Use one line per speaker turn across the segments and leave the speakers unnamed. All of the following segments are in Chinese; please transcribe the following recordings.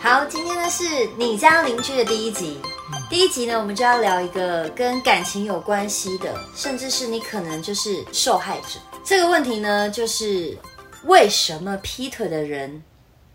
好，今天呢是你家邻居的第一集。第一集呢，我们就要聊一个跟感情有关系的，甚至是你可能就是受害者。这个问题呢，就是为什么劈腿的人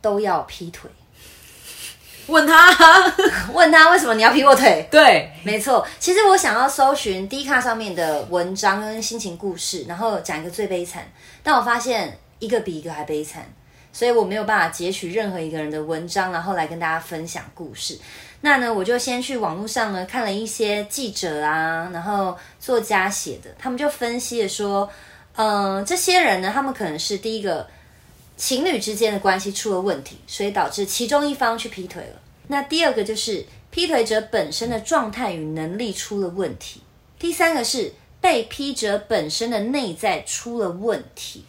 都要劈腿？
问 他，
问他为什么你要劈我腿？
对，
没错，其实我想要搜寻 D 卡上面的文章跟心情故事，然后讲一个最悲惨，但我发现一个比一个还悲惨，所以我没有办法截取任何一个人的文章，然后来跟大家分享故事。那呢，我就先去网络上呢看了一些记者啊，然后作家写的，他们就分析了说，嗯、这些人呢，他们可能是第一个情侣之间的关系出了问题，所以导致其中一方去劈腿了。那第二个就是劈腿者本身的状态与能力出了问题。第三个是被劈者本身的内在出了问题。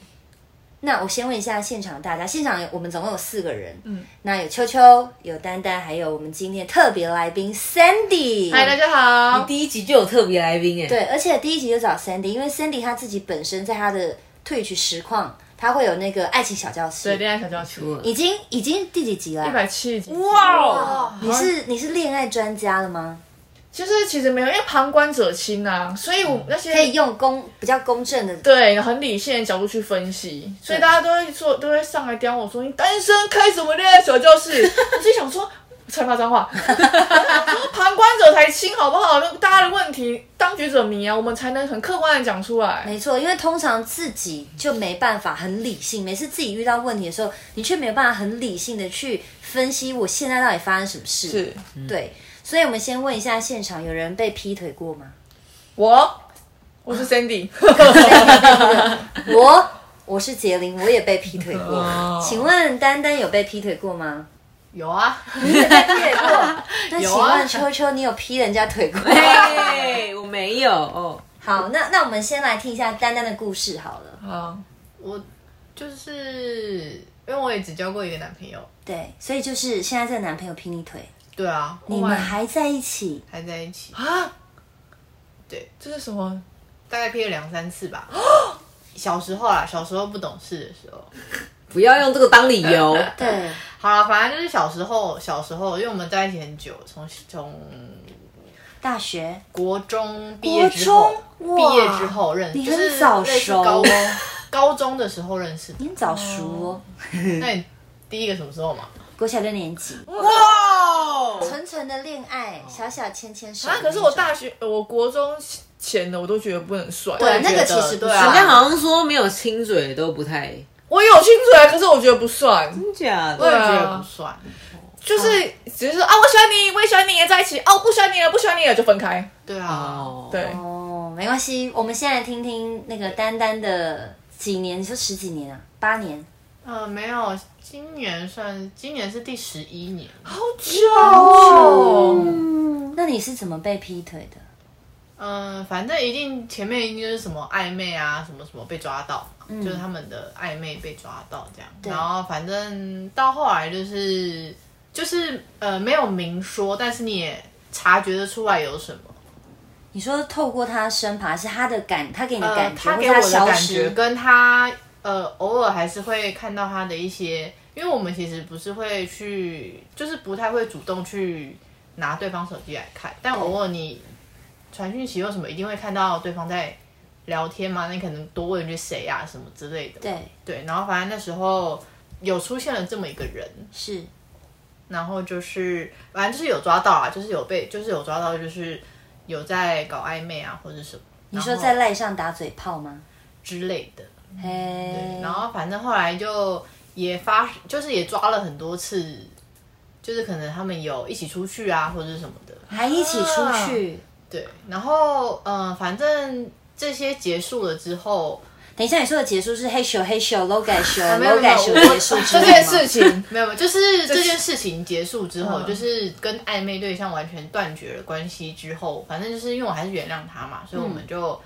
那我先问一下现场大家，现场有我们总共有四个人，嗯，那有秋秋，有丹丹，还有我们今天的特别来宾 Sandy。
嗨，大家好。
第一集就有特别来宾哎，
对，而且第一集就找 Sandy，因为 Sandy 她自己本身在她的 Twitch 实况，她会有那个爱情小教
对，
室，
恋爱小教室，一
已经已经第几集了啊？
百七集。
哇哦
你是你是恋爱专家了吗？
就是其实没有，因为旁观者清啊，所以我那些
可以用公比较公正的
对很理性的角度去分析，所以大家都会说，都会上来刁我说你单身开什么恋爱小教室？ 我就想说。才骂脏话，我说旁观者才清好不好？那大家的问题，当局者迷啊，我们才能很客观的讲出来。
没错，因为通常自己就没办法很理性，每次自己遇到问题的时候，你却没有办法很理性的去分析我现在到底发生什么事。
是
对，所以我们先问一下现场，有人被劈腿过吗？
我，我是 Sandy，
我，我是杰林，我也被劈腿
哦
过。请问丹丹有被劈腿过吗？
有啊，
你也被劈腿过？那
有
请
啊
问秋秋，你有劈人家腿过 吗？
哎，我没有哦，
好，那那我们先来听一下丹丹的故事好了。
好，
我就是因为我也只交过一个男朋友，
对，所以就是现在这个男朋友劈你腿，
对啊，
你
后
们
来
还在一起？
还在一起，
啊，
对，
这是什么？
大概劈了两三次吧。 小时候啦，小时候不懂事的时候，
不要用这个当理由。
对，
好了，反正就是小时候，小时候，因为我们在一起很久，从从
大学
国中毕业之
国
后，
中哇
毕业之后认识，
你
就是
很早
类似
熟
高中 高中的时候认识的。
你很早熟哦，
那你第一个什么时候嘛？
国小六年级，
哇，
纯纯的恋爱，小小牵牵手。
啊！可是我大学，我国中前的我都觉得不能算。
对那个
觉得
其实不
对
人
啊，
家好像说没有亲嘴都不太
我有清嘴，可是我觉得不算，
真假
我也
嗯
的，
觉得不算。
就是
哦
只是说啊，我喜欢你，我也喜欢你，在一起。哦，不喜欢你了，不喜欢你了，就分开。
对啊，
哦，
对，，
哦，没关系，我们现在听听那个丹丹的几年，你说十几年啊，八年，
嗯，没有，今年算今年是第十一年。
好久哦。
嗯，那你是怎么被劈腿的？
嗯，反正一定前面一定就是什么暧昧啊，什么什么被抓到，就是他们的暧昧被抓到这样。然后反正到后来就是就是呃没有明说，但是你也察觉得出来有什么。
你说透过他身旁，还是他的感，他给你的
呃，
感觉，
他
或
给
者
我
他
的
消
感觉
失？
跟他呃偶尔还是会看到他的一些，因为我们其实不是会去，就是不太会主动去拿对方手机来看，但偶尔你传讯息或什么，一定会看到对方在聊天嘛，那你可能多问一句谁啊什么之类的。
对，
对，然后反正那时候有出现了这么一个人，
是
然后就是反正就是有抓到啊，就是有被，就是有抓到，就是有在搞暧昧啊或者什么。
你
然
说
后
在赖上打嘴炮吗？
之类的，
嘿，
嗯然后反正后来就也发，就是也抓了很多次，就是可能他们有一起出去啊，或者是什么的。
还一起出
啊
去。
对，然后嗯、呃反正这些结束了之后，
等一下，你说的结束是嘿咻嘿咻 low 改咻
啊没有
low
没有
改咻
我
结束之
啊这
后
件
吗
事情，
没有，就是这件事情结束之后，就是跟暧昧对象完全断绝了关系之后，反正就是因为我还是原谅他嘛，所以我们就、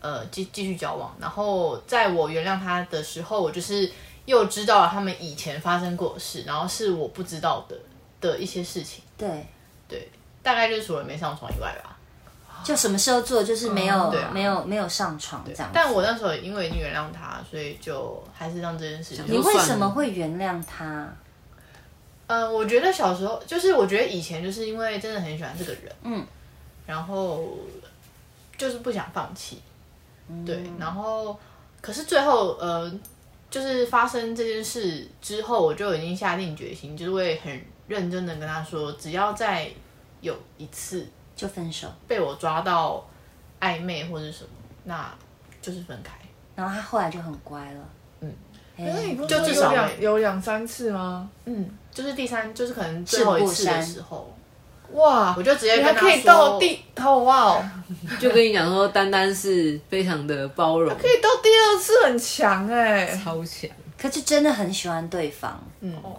呃继继续交往。然后在我原谅他的时候，我就是又知道了他们以前发生过的事，然后是我不知道的的一些事情，
对。
大概就是除了没上床以外吧。
就什么时候做，就是没有、
对啊
没有没有上床这样。
但我那时候因为已经原谅他，所以就还是让这件事情
你
就
为
算了
什么会原谅他？
呃，我觉得小时候就是，我觉得以前就是因为真的很喜欢这个人，嗯，然后就是不想放弃，对，然后可是最后呃，就是发生这件事之后，我就已经下定决心，就是会很认真的跟他说，只要再有一次
就分手。
被我抓到暧昧或者什么，那就是分开。
然后他后来就很乖了，嗯，
可是你不是
就
说
至
有
少
两有两三次吗？
嗯，就是第三，就是可能最后一次的时候，
哇，
我就直接
你还
跟他
可以
说
到第，好哇哦，
就跟你讲说，丹丹是非常的包容，
可以到第二次很强哎、
超强。
可是真的很喜欢对方，
嗯，
哦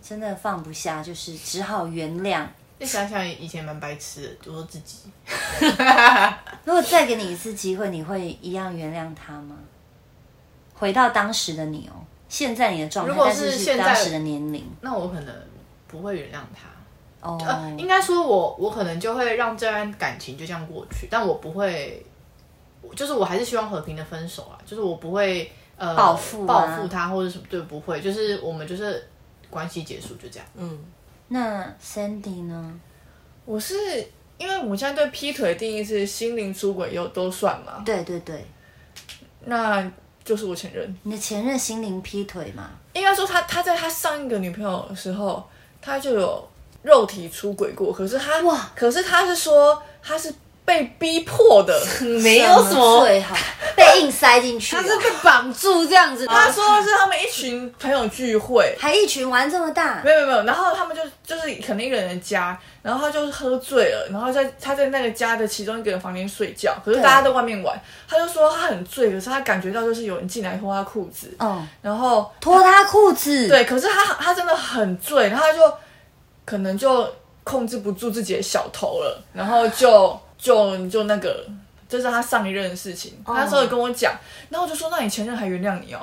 真的放不下，就是只好原谅。
就想想以前蛮白痴的，就说自己
如果再给你一次机会，你会一样原谅他吗？回到当时的你哦，现在你的状态，
如果
但
是
是
现在
当时的年龄
那我可能不会原谅他。
哦，
呃，应该说我我可能就会让这段感情就这样过去，但我不会，就是我还是希望和平的分手啊，就是我不会呃
报复啊
报复他或者什么，对，不会，就是我们就是关系结束就这样。
嗯，
那 Sandy 呢？
我是因为我现在对劈腿的定义是心灵出轨又都算嘛，
对对对，
那就是我前任。
你的前任心灵劈腿嘛？
应该说他他在他上一个女朋友的时候，他就有肉体出轨过，可是他
哇
可是他是说他是被逼迫 的，
没有什么，
最好被硬塞进去
他
啊，
是被绑住这样子。
他说的是他们一群朋友聚会，
还一群玩这么大
没，有没有没有，然后他们就就是可能一个人的家，然后他就是喝醉了，然后在他在那个家的其中一个人房间睡觉，可是
对
大家都外面玩，他就说他很醉，可是他感觉到就是有人进来脱他裤子，
嗯，
然后
脱他裤子，，
对，可是他他真的很醉，然后他就可能就控制不住自己的小头了，然后就 就就那个，这是他上一任的事情。他那时候有跟我讲，然后我就说，那你前任还原谅你哦？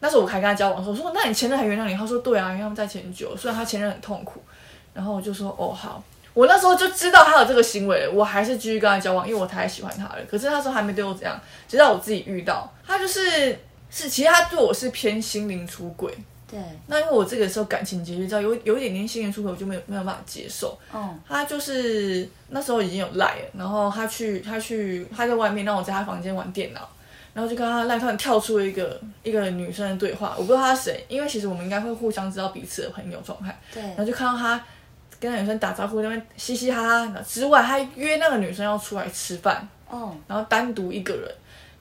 那时候我还跟他交往的时候，我说那你前任还原谅你？他说对啊，因为他们在一起很久，虽然他前任很痛苦。然后我就说哦好，我那时候就知道他有这个行为了，我还是继续跟他交往，因为我太喜欢他了。可是那时候还没对我怎样，直到我自己遇到他就是。是，其实他对我是偏心灵出轨，
对，
那因为我这个时候感情结束掉，有有一点点心灵出口，我就没有没有办法接受。
嗯，
他就是那时候已经有赖了，然后他去他去他在外面让我在他房间玩电脑，然后就跟他赖突然跳出了一个一个女生的对话，我不知道他是谁，因为其实我们应该会互相知道彼此的朋友状态，然后
对，
就看到他跟那女生打招呼，那边嘻嘻哈哈之外，他约那个女生要出来吃饭，
哦，
然后单独一个人。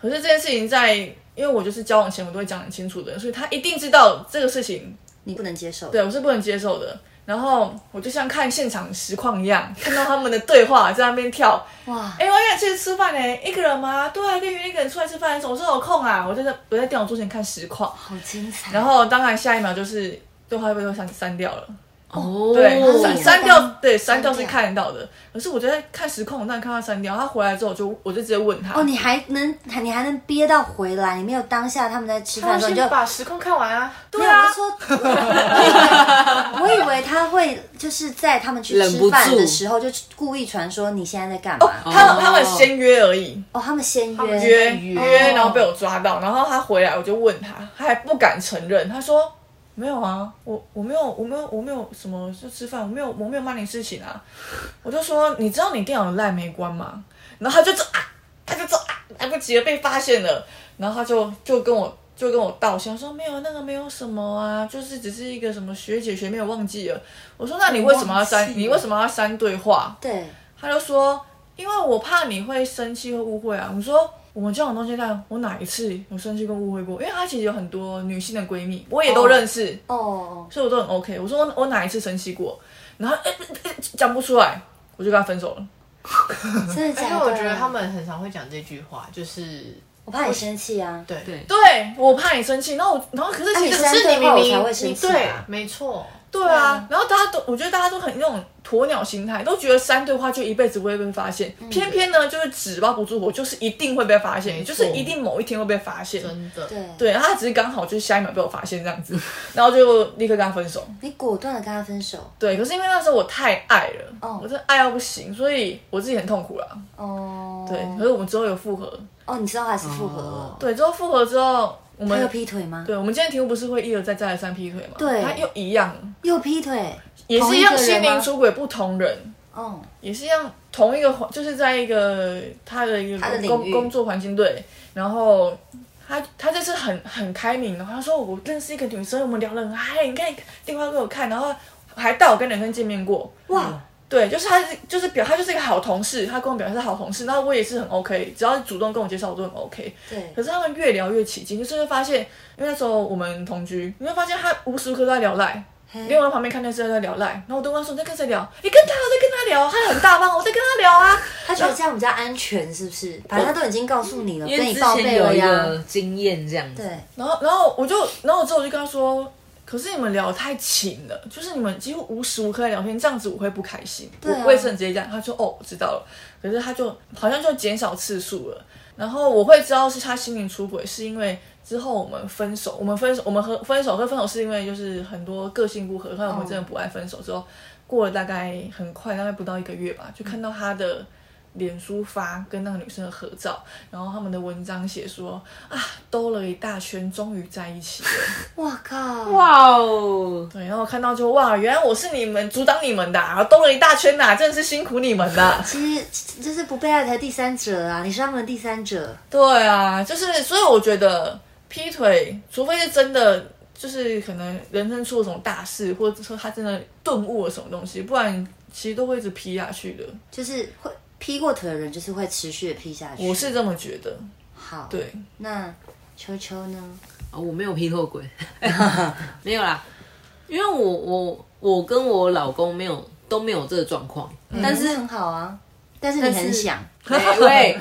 可是这件事情在，因为我就是交往前我都会讲很清楚的人，所以他一定知道这个事情
你不能接受，
对我是不能接受的。然后我就像看现场实况一样，看到他们的对话在那边跳。
哇，
哎、我也去吃饭呢、一个人吗？对啊，跟约一个人出来吃饭，什么时候有空啊？我就在我在电脑桌前看实况，
好精彩，
然后当然下一秒就是对话被都删删掉了。
哦，
对，
哦
删
你
删
看
掉，对，删掉
删
是
掉
看得到的。可是我就在看实况，我当然看他删掉。他回来之后，我就我就直接问他，
哦，你还能，你还能憋到回来，你没有当下他们在吃饭的时候你就。
把时空看完啊，
对啊，我说， 我以为我以为他会就是在他们去
忍
吃
不
饭的
住
时候就故意传说你现在在干嘛？哦，
他们他们先约而已，
他们先
们
约，
约
约
约，然后被我抓到，然后他回来我就问他，他还不敢承认，他说没有啊，我我没有我没有我没有什么就吃饭，我没有我没有骂你事情啊，我就说你知道你电脑赖没关吗？然后他就走啊，他就走啊，来不及了，被发现了，然后他就就跟我。就跟我道歉，说没有那个没有什么啊，就是只是一个什么学姐学妹，我忘记了。我说那你为什么要
我
删
忘？记了
你为什么要删对话？
对，
他就说，因为我怕你会生气或误会啊。我说，我们交往到现在，我哪一次有生气跟误会过？因为她其实有很多女性的闺蜜，我也都认识，
哦，
所以我都很 OK。我说我我哪一次生气过？然后哎哎哎讲不出来，我就跟她分手了。
真的假
而且
的？
哎我觉得他，们很常会讲这句话，就是
我怕你生气啊。
对
对
对我怕你生气，然后我然后可是其
啊
实、
你
可是你明
删对话我才会
明
生
你
气
对
啊，
没错，
对啊，然后大家都我觉得大家都很那种鸵鸟心态，都觉得删对话就一辈子不会被发现，偏偏呢就是纸包不住火，就是一定会被发现，
没
就
错
是一定某一天会被发现。
真的。
对，
对，然后他只是刚好就是下一秒被我发现这样子，然后就立刻跟他分手。
你果断的跟他分手。
对，可是因为那时候我太爱了，
哦
我真的爱到不行，所以我自己很痛苦啦。
哦，
对，哦可是我们之后有复合，
哦，你知道还是复合了？
对，之后复合之后，我
他有
们
劈腿吗？
对，我们今天题目不是会一而再再而三劈腿吗？
对
他又一样，
又劈腿，
也
同
是
一
一样
个人
心
吗
灵出轨不同人，
哦，
也是一样同一个环，就是在一个他的一个
他的领
工
域
工作环境对，然后。他他这次很很开明，然后他说我认识一个女生，我们聊得很嗨，你看电话给我看，然后还带我跟男生见面过，嗯
哇，
对，就是他是就是表他就是一个好同事，他跟我表现是好同事，那我也是很 OK，只要主动跟我介绍我都很 OK。
对
可，是他们越聊越起劲，就是会发现，因为那时候我们同居，你会发现他无时无刻都在聊赖，因为我在旁边看电视在聊赖，然后我都跟他说你在跟谁聊，你跟他，我在跟他聊，他很大方，我在跟他聊啊。
他觉得这样比较安全，是不是？反正他都已经告诉你了，
因
跟
为
你
之
报
前
备
有
了
一
呀。
个经验这样子，
对，
然后然后我就然后我之后我就跟他说，可是你们聊得太勤了，就是你们几乎无时无刻在聊天，这样子我会不开心。
对啊
我我也是很直接讲，他说哦我知道了，可是他就好像就减少次数了。然后我会知道是他心灵出轨，是因为之后我们分手，我们分手，我们和分手和分手是因为就是很多个性不合，后来我
哦
们真的不爱分手之后，过了大概很快，大概不到一个月吧，就看到他的脸书发跟那个女生的合照，然后他们的文章写说啊，兜了一大圈，终于在一起了。
哇靠，
哇哦，
对，然后我看到就哇，原来我是你们阻挡你们的、啊，兜了一大圈呐、真的是辛苦你们啦、
其实就是不被爱才第三者啊，你是他们的第三者。
对啊，就是所以我觉得劈腿，除非是真的，就是可能人生出了什么大事，或者说他真的顿悟了什么东西，不然其实都会一直劈下去的。
就是会劈过腿的人，就是会持续的劈下去。
我是这么觉得。
好，
对，
那秋秋呢？
哦我没有劈过腿，没有啦，因为我我我跟我老公没有都没有这个状况，但是
你很好啊，但是你很想，
哎喂，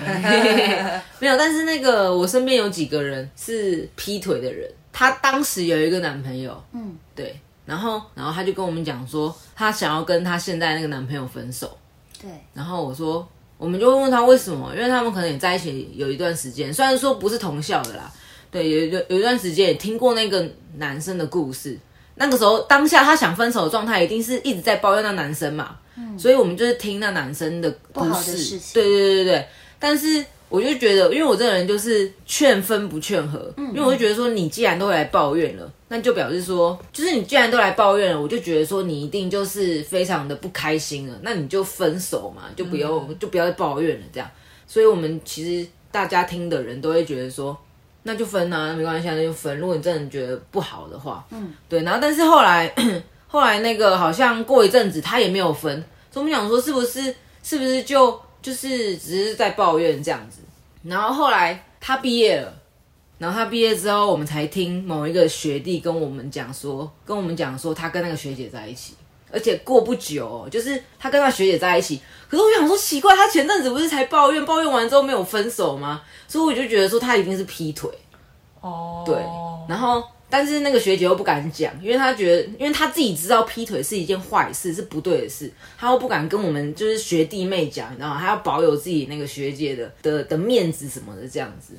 没有，但是那个我身边有几个人是劈腿的人，她当时有一个男朋友，
嗯，
对，然后然后她就跟我们讲说，她想要跟她现在那个男朋友分手，
对，
然后我说，我们就问她为什么，因为他们可能也在一起有一段时间，虽然说不是同校的啦，对，有一段有一段时间也听过那个男生的故事，那个时候当下她想分手的状态，一定是一直在抱怨那男生嘛，所以我们就是听那男生的故
嗯好的
事，
事情
对对对对对，但是。我就觉得，因为我这个人就是劝分不劝和，
嗯
因为我就觉得说，你既然都会来抱怨了，那就表示说，就是你既然都来抱怨了，我就觉得说，你一定就是非常的不开心了，那你就分手嘛，就不要、
嗯
就不要再抱怨了这样。所以我们其实大家听的人都会觉得说，那就分啊，没关系，啊，那就分。如果你真的觉得不好的话，嗯，对。然后但是后来 后来那个好像过一阵子他也没有分，所以我们想说是不是是不是就就是只是在抱怨这样子。然后后来他毕业了。然后他毕业之后，我们才听某一个学弟跟我们讲说，跟我们讲说他跟那个学姐在一起，而且过不久哦、就是他跟他学姐在一起。可是我想说，奇怪，他前阵子不是才抱怨，抱怨完之后没有分手吗？所以我就觉得说他一定是劈腿。
哦，
对，然后但是那个学姐又不敢讲，因为她觉得，因为她自己知道劈腿是一件坏事，是不对的事，她又不敢跟我们就是学弟妹讲，你知道吗？她要保有自己那个学姐的的的面子什么的这样子。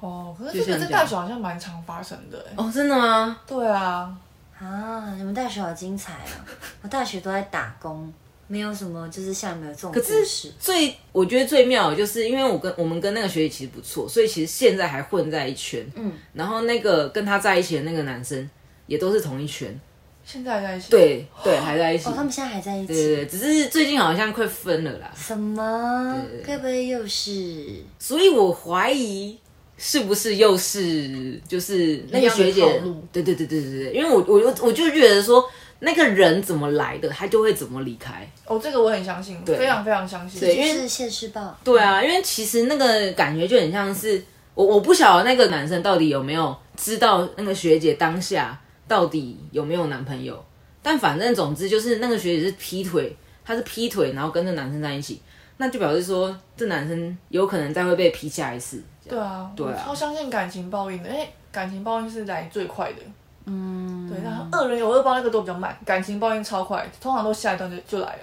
哦，可
就是
这
像
个在
这样
大学好像蛮常发生的欸。
哦，真的吗？
对啊，
啊，你们大学好精彩啊！ 我大学都在打工，没有什么就是像你们有这种故
可是
事。
最我觉得最妙的就是，因为我跟我们跟那个学姐其实不错，所以其实现在还混在一圈。嗯，然后那个跟她在一起的那个男生也都是同一圈，
现在在一起。，
对对，还在一起。
哦，他们现在还在一
对对
起？
对，只是最近好像快分了啦。
什么？该不会又是？
所以我怀疑是不是又是就是那
一
个
样的
学姐
套路，
对对对对对对，因为我我我我就觉得说那个人怎么来的，他就会怎么离开。
哦，这个我很相信，非常非常相信。
对因为
是现世报？
对啊，因为其实那个感觉就很像是我我不晓得那个男生到底有没有知道那个学姐当下到底有没有男朋友，但反正总之就是那个学姐是劈腿，她是劈腿，然后跟这男生在一起，那就表示说这男生有可能再会被劈下一次。
对啊，
对啊
我超相信感情报应的，因为感情报应是来最快的。嗯，对，然后恶人有恶报那个都比较慢，感情报应超快，通常都下一段就就来了。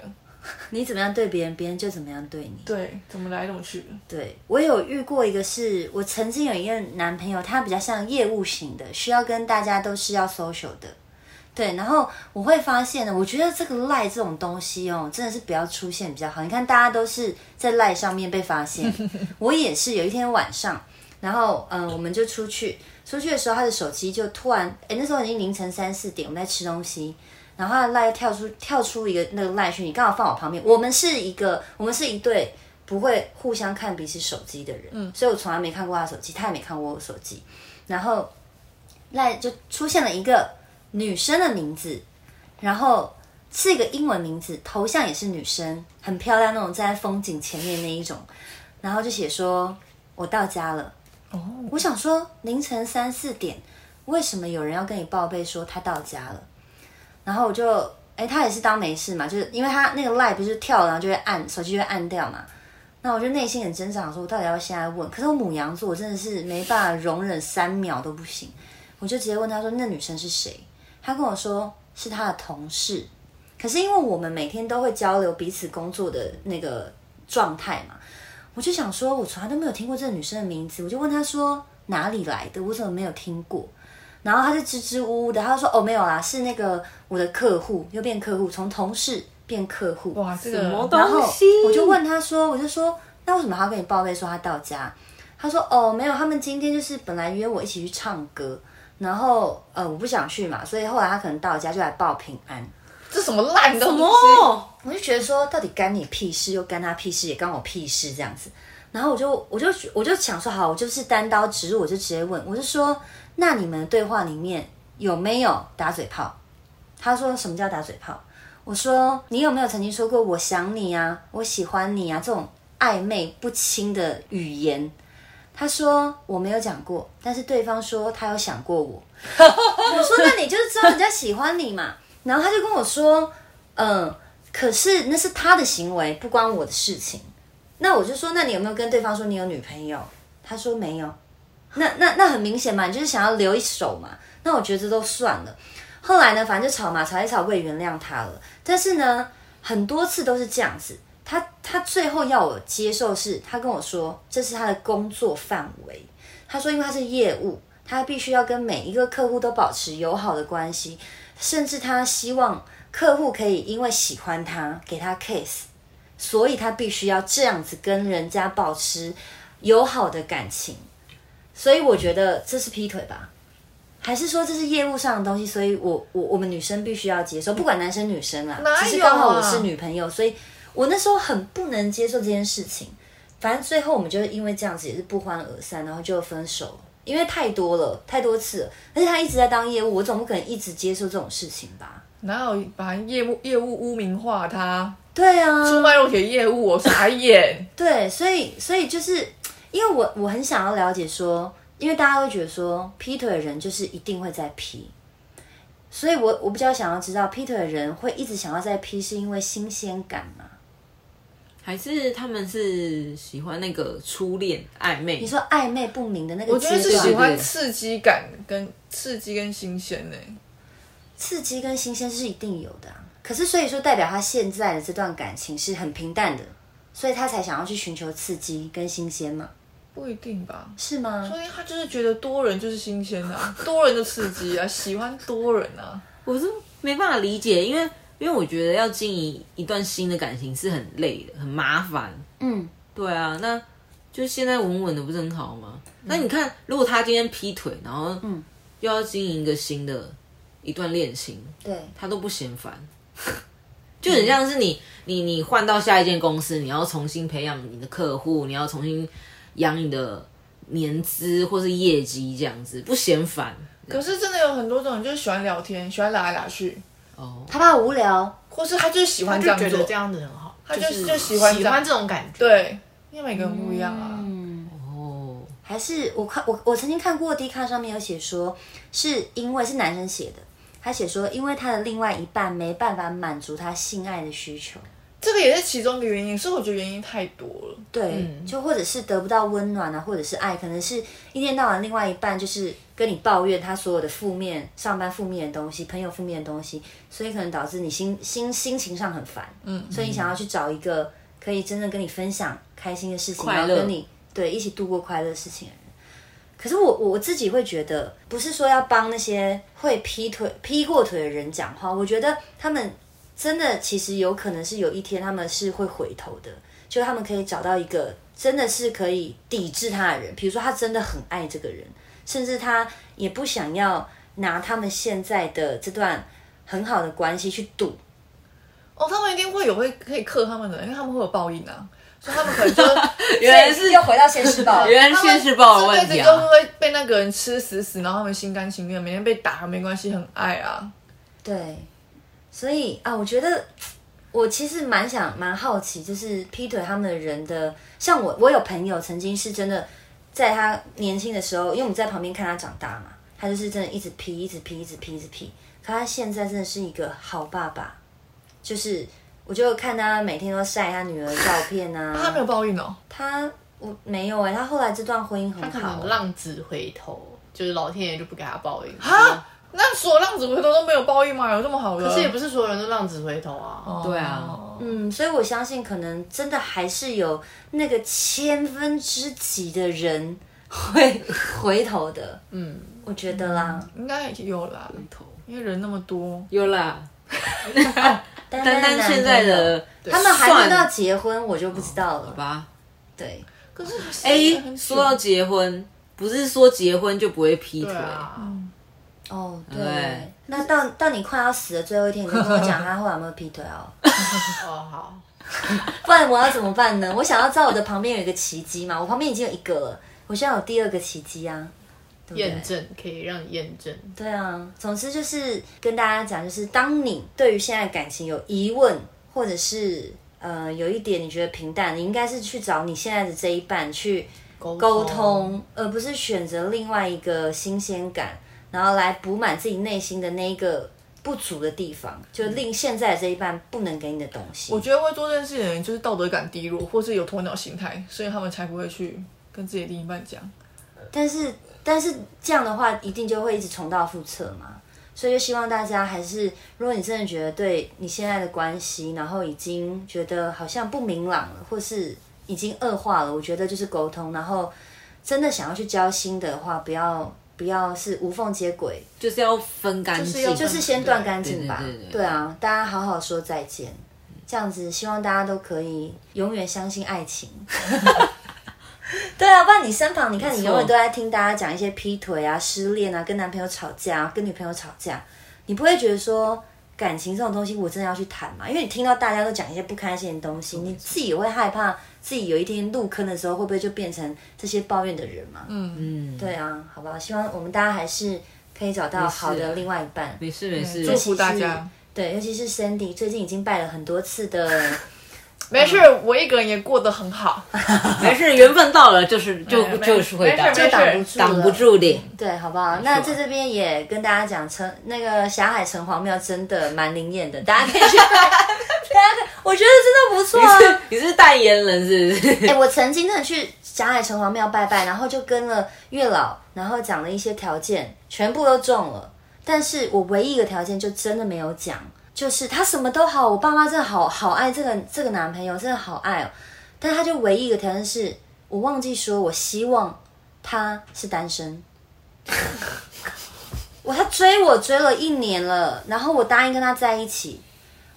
你怎么样对别人，别人就怎么样对你。
对，怎么来怎么去。
对我有遇过一个是，我曾经有一个男朋友，他比较像业务型的，需要跟大家都是要 social 的。对，然后我会发现呢，我觉得这个赖这种东西哦，真的是不要出现比较好。你看，大家都是在赖上面被发现，我也是有一天晚上，然后嗯、呃我们就出去，出去的时候他的手机就突然，哎、那时候已经凌晨三四点，我们在吃东西，然后他的赖跳出跳出一个那个赖讯，你刚好放我旁边，我们是一个我们是一对不会互相看彼此手机的人，所以我从来没看过他手机，他也没看过我手机，然后赖就出现了一个女生的名字，然后是一个英文名字，头像也是女生，很漂亮那种，站在风景前面那一种，然后就写说我到家了。哦，我想说凌晨三四点，为什么有人要跟你报备说他到家了？然后我就，哎、他也是当没事嘛，就是因为他那个 line 不是跳，然后就会按手机就会按掉嘛。那我就内心很挣扎，说我到底要不要现在问？可是我母羊座，我真的是没办法容忍三秒都不行，我就直接问他说：“那女生是谁？”他跟我说是他的同事。可是因为我们每天都会交流彼此工作的那个状态嘛，我就想说，我从来都没有听过这个女生的名字，我就问她说哪里来的，我怎么没有听过？然后她就支支吾吾的，她就说哦没有啦，是那个我的客户，又变客户，从同事变客户。
哇，这
什么
个
东
然后
西？
我就问他说，我就说，那为什么他要跟你报备说他到家？他说哦，没有，他们今天就是本来约我一起去唱歌，然后呃我不想去嘛，所以后来他可能到家就来报平安。
这什么烂的
什
东西？
么？
我就觉得说，到底干你屁事，又干他屁事，也干我屁事这样子。然后我就我就我就想说，好，我就是单刀直入，我就直接问，我就说，那你们的对话里面有没有打嘴炮？他说什么叫打嘴炮？我说你有没有曾经说过我想你啊，我喜欢你啊这种暧昧不清的语言？他说我没有讲过，但是对方说他有想过我。 我说那你就是知道人家喜欢你嘛。然后他就跟我说，嗯，可是那是他的行为，不关我的事情。那我就说，那你有没有跟对方说你有女朋友？他说没有。那那那很明显嘛，你就是想要留一手嘛。那我觉得这都算了。后来呢，反正就吵嘛，吵一吵，我也原谅他了。但是呢，很多次都是这样子。他他最后要我接受是，他跟我说这是他的工作范围。他说，因为他是业务，他必须要跟每一个客户都保持友好的关系，甚至他希望客户可以因为喜欢他给他 case，所以他必须要这样子跟人家保持友好的感情。所以我觉得这是劈腿吧，还是说这是业务上的东西？所以我我我们女生必须要接受，不管男生女生啦，
哪有啊
只是刚好我是女朋友，所以我那时候很不能接受这件事情。反正最后我们就是因为这样子也是不欢而散，然后就分手了。因为太多了，太多次了，而且他一直在当业务，我总不可能一直接受这种事情吧？
哪有把业务业务污名化他？
对啊，
出卖肉体的业务，我傻眼。
对，所以所以就是因为我我很想要了解说，因为大家会觉得说劈腿的人就是一定会在劈，所以我我比较想要知道劈腿的人会一直想要在劈，是因为新鲜感吗？
还是他们是喜欢那个初恋暧昧
你？说暧昧不明的那
嗯
我
个阶
觉得是喜
段，
欢刺激感跟刺激跟新鲜呢、
刺激跟新鲜是一定有的、啊。可是所以说，代表他现在的这段感情是很平淡的，所以他才想要去寻求刺激跟新鲜嘛？
不一定吧？
是吗？
所以他就是觉得多人就是新鲜的、啊，多人的刺激啊，喜欢多人啊。
我是没办法理解，因为因为我觉得要经营一段新的感情是很累的，很麻烦。
嗯，
对啊，那就现在稳稳的不是很好吗？那你看，如果他今天劈腿，然后
嗯
又要经营一个新的一段恋情，
对。
他都不嫌烦，就很像是你你你换到下一间公司，你要重新培养你的客户，你要重新养你的年资或是业绩这样子，不嫌烦
可是真的有很多种，就是喜欢聊天，喜欢拉来拉去，
哦。
他怕无聊，
或是他就是喜
他
欢这
就
样
觉
做
得这。样子很好，
他就是就喜欢这
喜
样
欢这种感觉。
对，因为每个人不一样啊。
嗯，
哦，
还是我看我我曾经看过 D 卡上面有写说，是因为是男生写的，他写说因为他的另外一半没办法满足他性爱的需求，
这个也是其中一个原因，所以我觉得原因太多了。
对，就或者是得不到温暖啊，或者是爱，可能是一天到晚另外一半就是跟你抱怨他所有的负面，上班负面的东西，朋友负面的东西，所以可能导致你心心心情上很烦，嗯，所以你想要去找一个可以真正跟你分享开心的事情，
快
然后
乐
跟你对一起度过快乐的事情的人。可是我我自己会觉得，不是说要帮那些会劈腿、劈过腿的人讲话，我觉得他们真的其实有可能是有一天他们是会回头的，就他们可以找到一个真的是可以抵制他的人，比如说他真的很爱这个人，甚至他也不想要拿他们现在的这段很好的关系去赌，
哦，他们一定会有会可以克他们的，因为他们会有报应啊，所以他们可能就呃
原来哎是
又回到现实 报。
原来是现世报的问题
他们这辈子
啊
都！会被那个人吃死死，然后他们心甘情愿，每天被打没关系，很爱啊。
对，所以啊，我觉得我其实蛮想蛮好奇，就是劈腿他们的人的，像我，我有朋友曾经是真的，在他年轻的时候，因为我们在旁边看他长大嘛，他就是真的一直劈，一直劈，一直劈，一直劈。可他现在真的是一个好爸爸，就是我就看他每天都晒他女儿的照片
他没
啊，
有报应哦，
他我没有哎、他后来这段婚姻
他
很
可
好
能，浪子回头，就是老天爷就不给他报应。
啊，那所有浪子回头都没有报应吗？有这么好的？
可是也不是所有人都浪子回头啊。
哦
对啊，
嗯，所以我相信，可能真的还是有那个千分之几的人会 回头的。
嗯，
我觉得啦，
嗯
应该有啦，因为人那么多，
有啦，
单
丹丹现在的
他们还没
算
到结婚，我就不知道
好
了。
吧？
对，
可是哎、
哎，说到结婚，不是说结婚就不会劈腿
对，啊，
嗯
哦，对
对。
那到到你快要死的最后一天，你就跟我讲他后来有没有劈腿哦？
哦好，
不然我要怎么办呢？我想要在我的旁边有一个奇迹嘛，我旁边已经有一个了，我现在有第二个奇迹啊，对不对
验证可以让你验证。
对啊，总之就是跟大家讲，就是当你对于现在感情有疑问，或者是呃有一点你觉得平淡，你应该是去找你现在的这一半去沟
沟
通，而不是选择另外一个新鲜感，然后来补满自己内心的那一个不足的地方，就令现在的这一半不能给你的东西。
我觉得会做这件事情的人就是道德感低落，或是有鸵鸟心态，所以他们才不会去跟自己的另一半讲。
但是但是这样的话，一定就会一直重蹈覆辙嘛。所以就希望大家还是，如果你真的觉得对你现在的关系，然后已经觉得好像不明朗了，或是已经恶化了，我觉得就是沟通，然后真的想要去交心的话，不要不要是无缝接轨，
就是要分干
就是
净
要。
就是先断干净吧。
对对对对
对啊，大家好好说再见，这样子希望大家都可以永远相信爱情。 对啊，不然你身旁，你看你
没错
永远都在听大家讲一些劈腿啊、失恋啊、跟男朋友吵架、啊、跟女朋友吵架，你不会觉得说感情这种东西我真的要去谈嘛？因为你听到大家都讲一些不开心的东西，你自己也会害怕自己有一天入坑的时候会不会就变成这些抱怨的人嘛？
嗯，
对啊，好吧，希望我们大家还是可以找到好
没事
的
啊
另外一半。
没事没事
祝，福大家。
对，尤其是 Sandy 最近已经拜了很多次的，
没事，
嗯
我一个人也过得很好。
没事，缘分到了就是就
没
就是会
没
到，
就
事
挡不住了
挡不。住的。
对，好不好？那在这边也跟大家讲，城那个霞海城隍庙真的蛮灵验的，大家可以去 拜。大家可以，我觉得真的不错
你
啊。
是 你是代言人是不是？
哎、我曾经真的去霞海城隍庙拜拜，然后就跟了月老，然后讲了一些条件，全部都中了。但是我唯一一个条件就真的没有讲，就是他什么都好，我爸妈真的好好爱这个这个男朋友，真的好爱哦。但他就唯一一个条件是我忘记说，我希望他是单身。 我他追我追了一年了，然后我答应跟他在一起，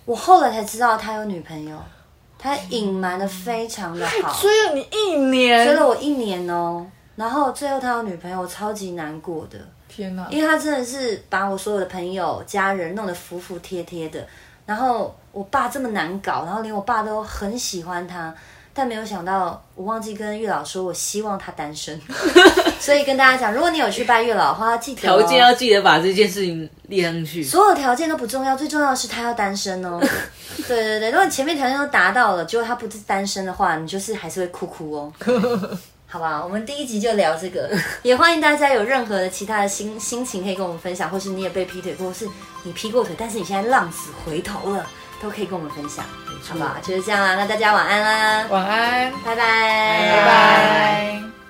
我后来才知道他有女朋友，他隐瞒的非常的好。
追了你一年，
追了我一年哦、然后最后他有女朋友，我超级难过的，
天哪！
因为他真的是把我所有的朋友、家人弄得服服帖帖的，然后我爸这么难搞，然后连我爸都很喜欢他，但没有想到我忘记跟月老说，我希望他单 身，所以跟大家讲，如果你有去拜月老的话，记得、哦、
条件要记得把这件事情列上去。
所有条件都不重要，最重要的是他要单身哦。对对对，如果你前面条件都达到了，结果他不是单身的话，你就是还是会哭哭哦。好吧，我们第一集就聊这个，也欢迎大家有任何的其他的心心情可以跟我们分享，或是你也被劈腿过，或是你劈过腿，但是你现在浪子回头了，都可以跟我们分享，好吧？就是这样啦，那大家晚安啦，
晚安，
拜拜，拜
拜拜。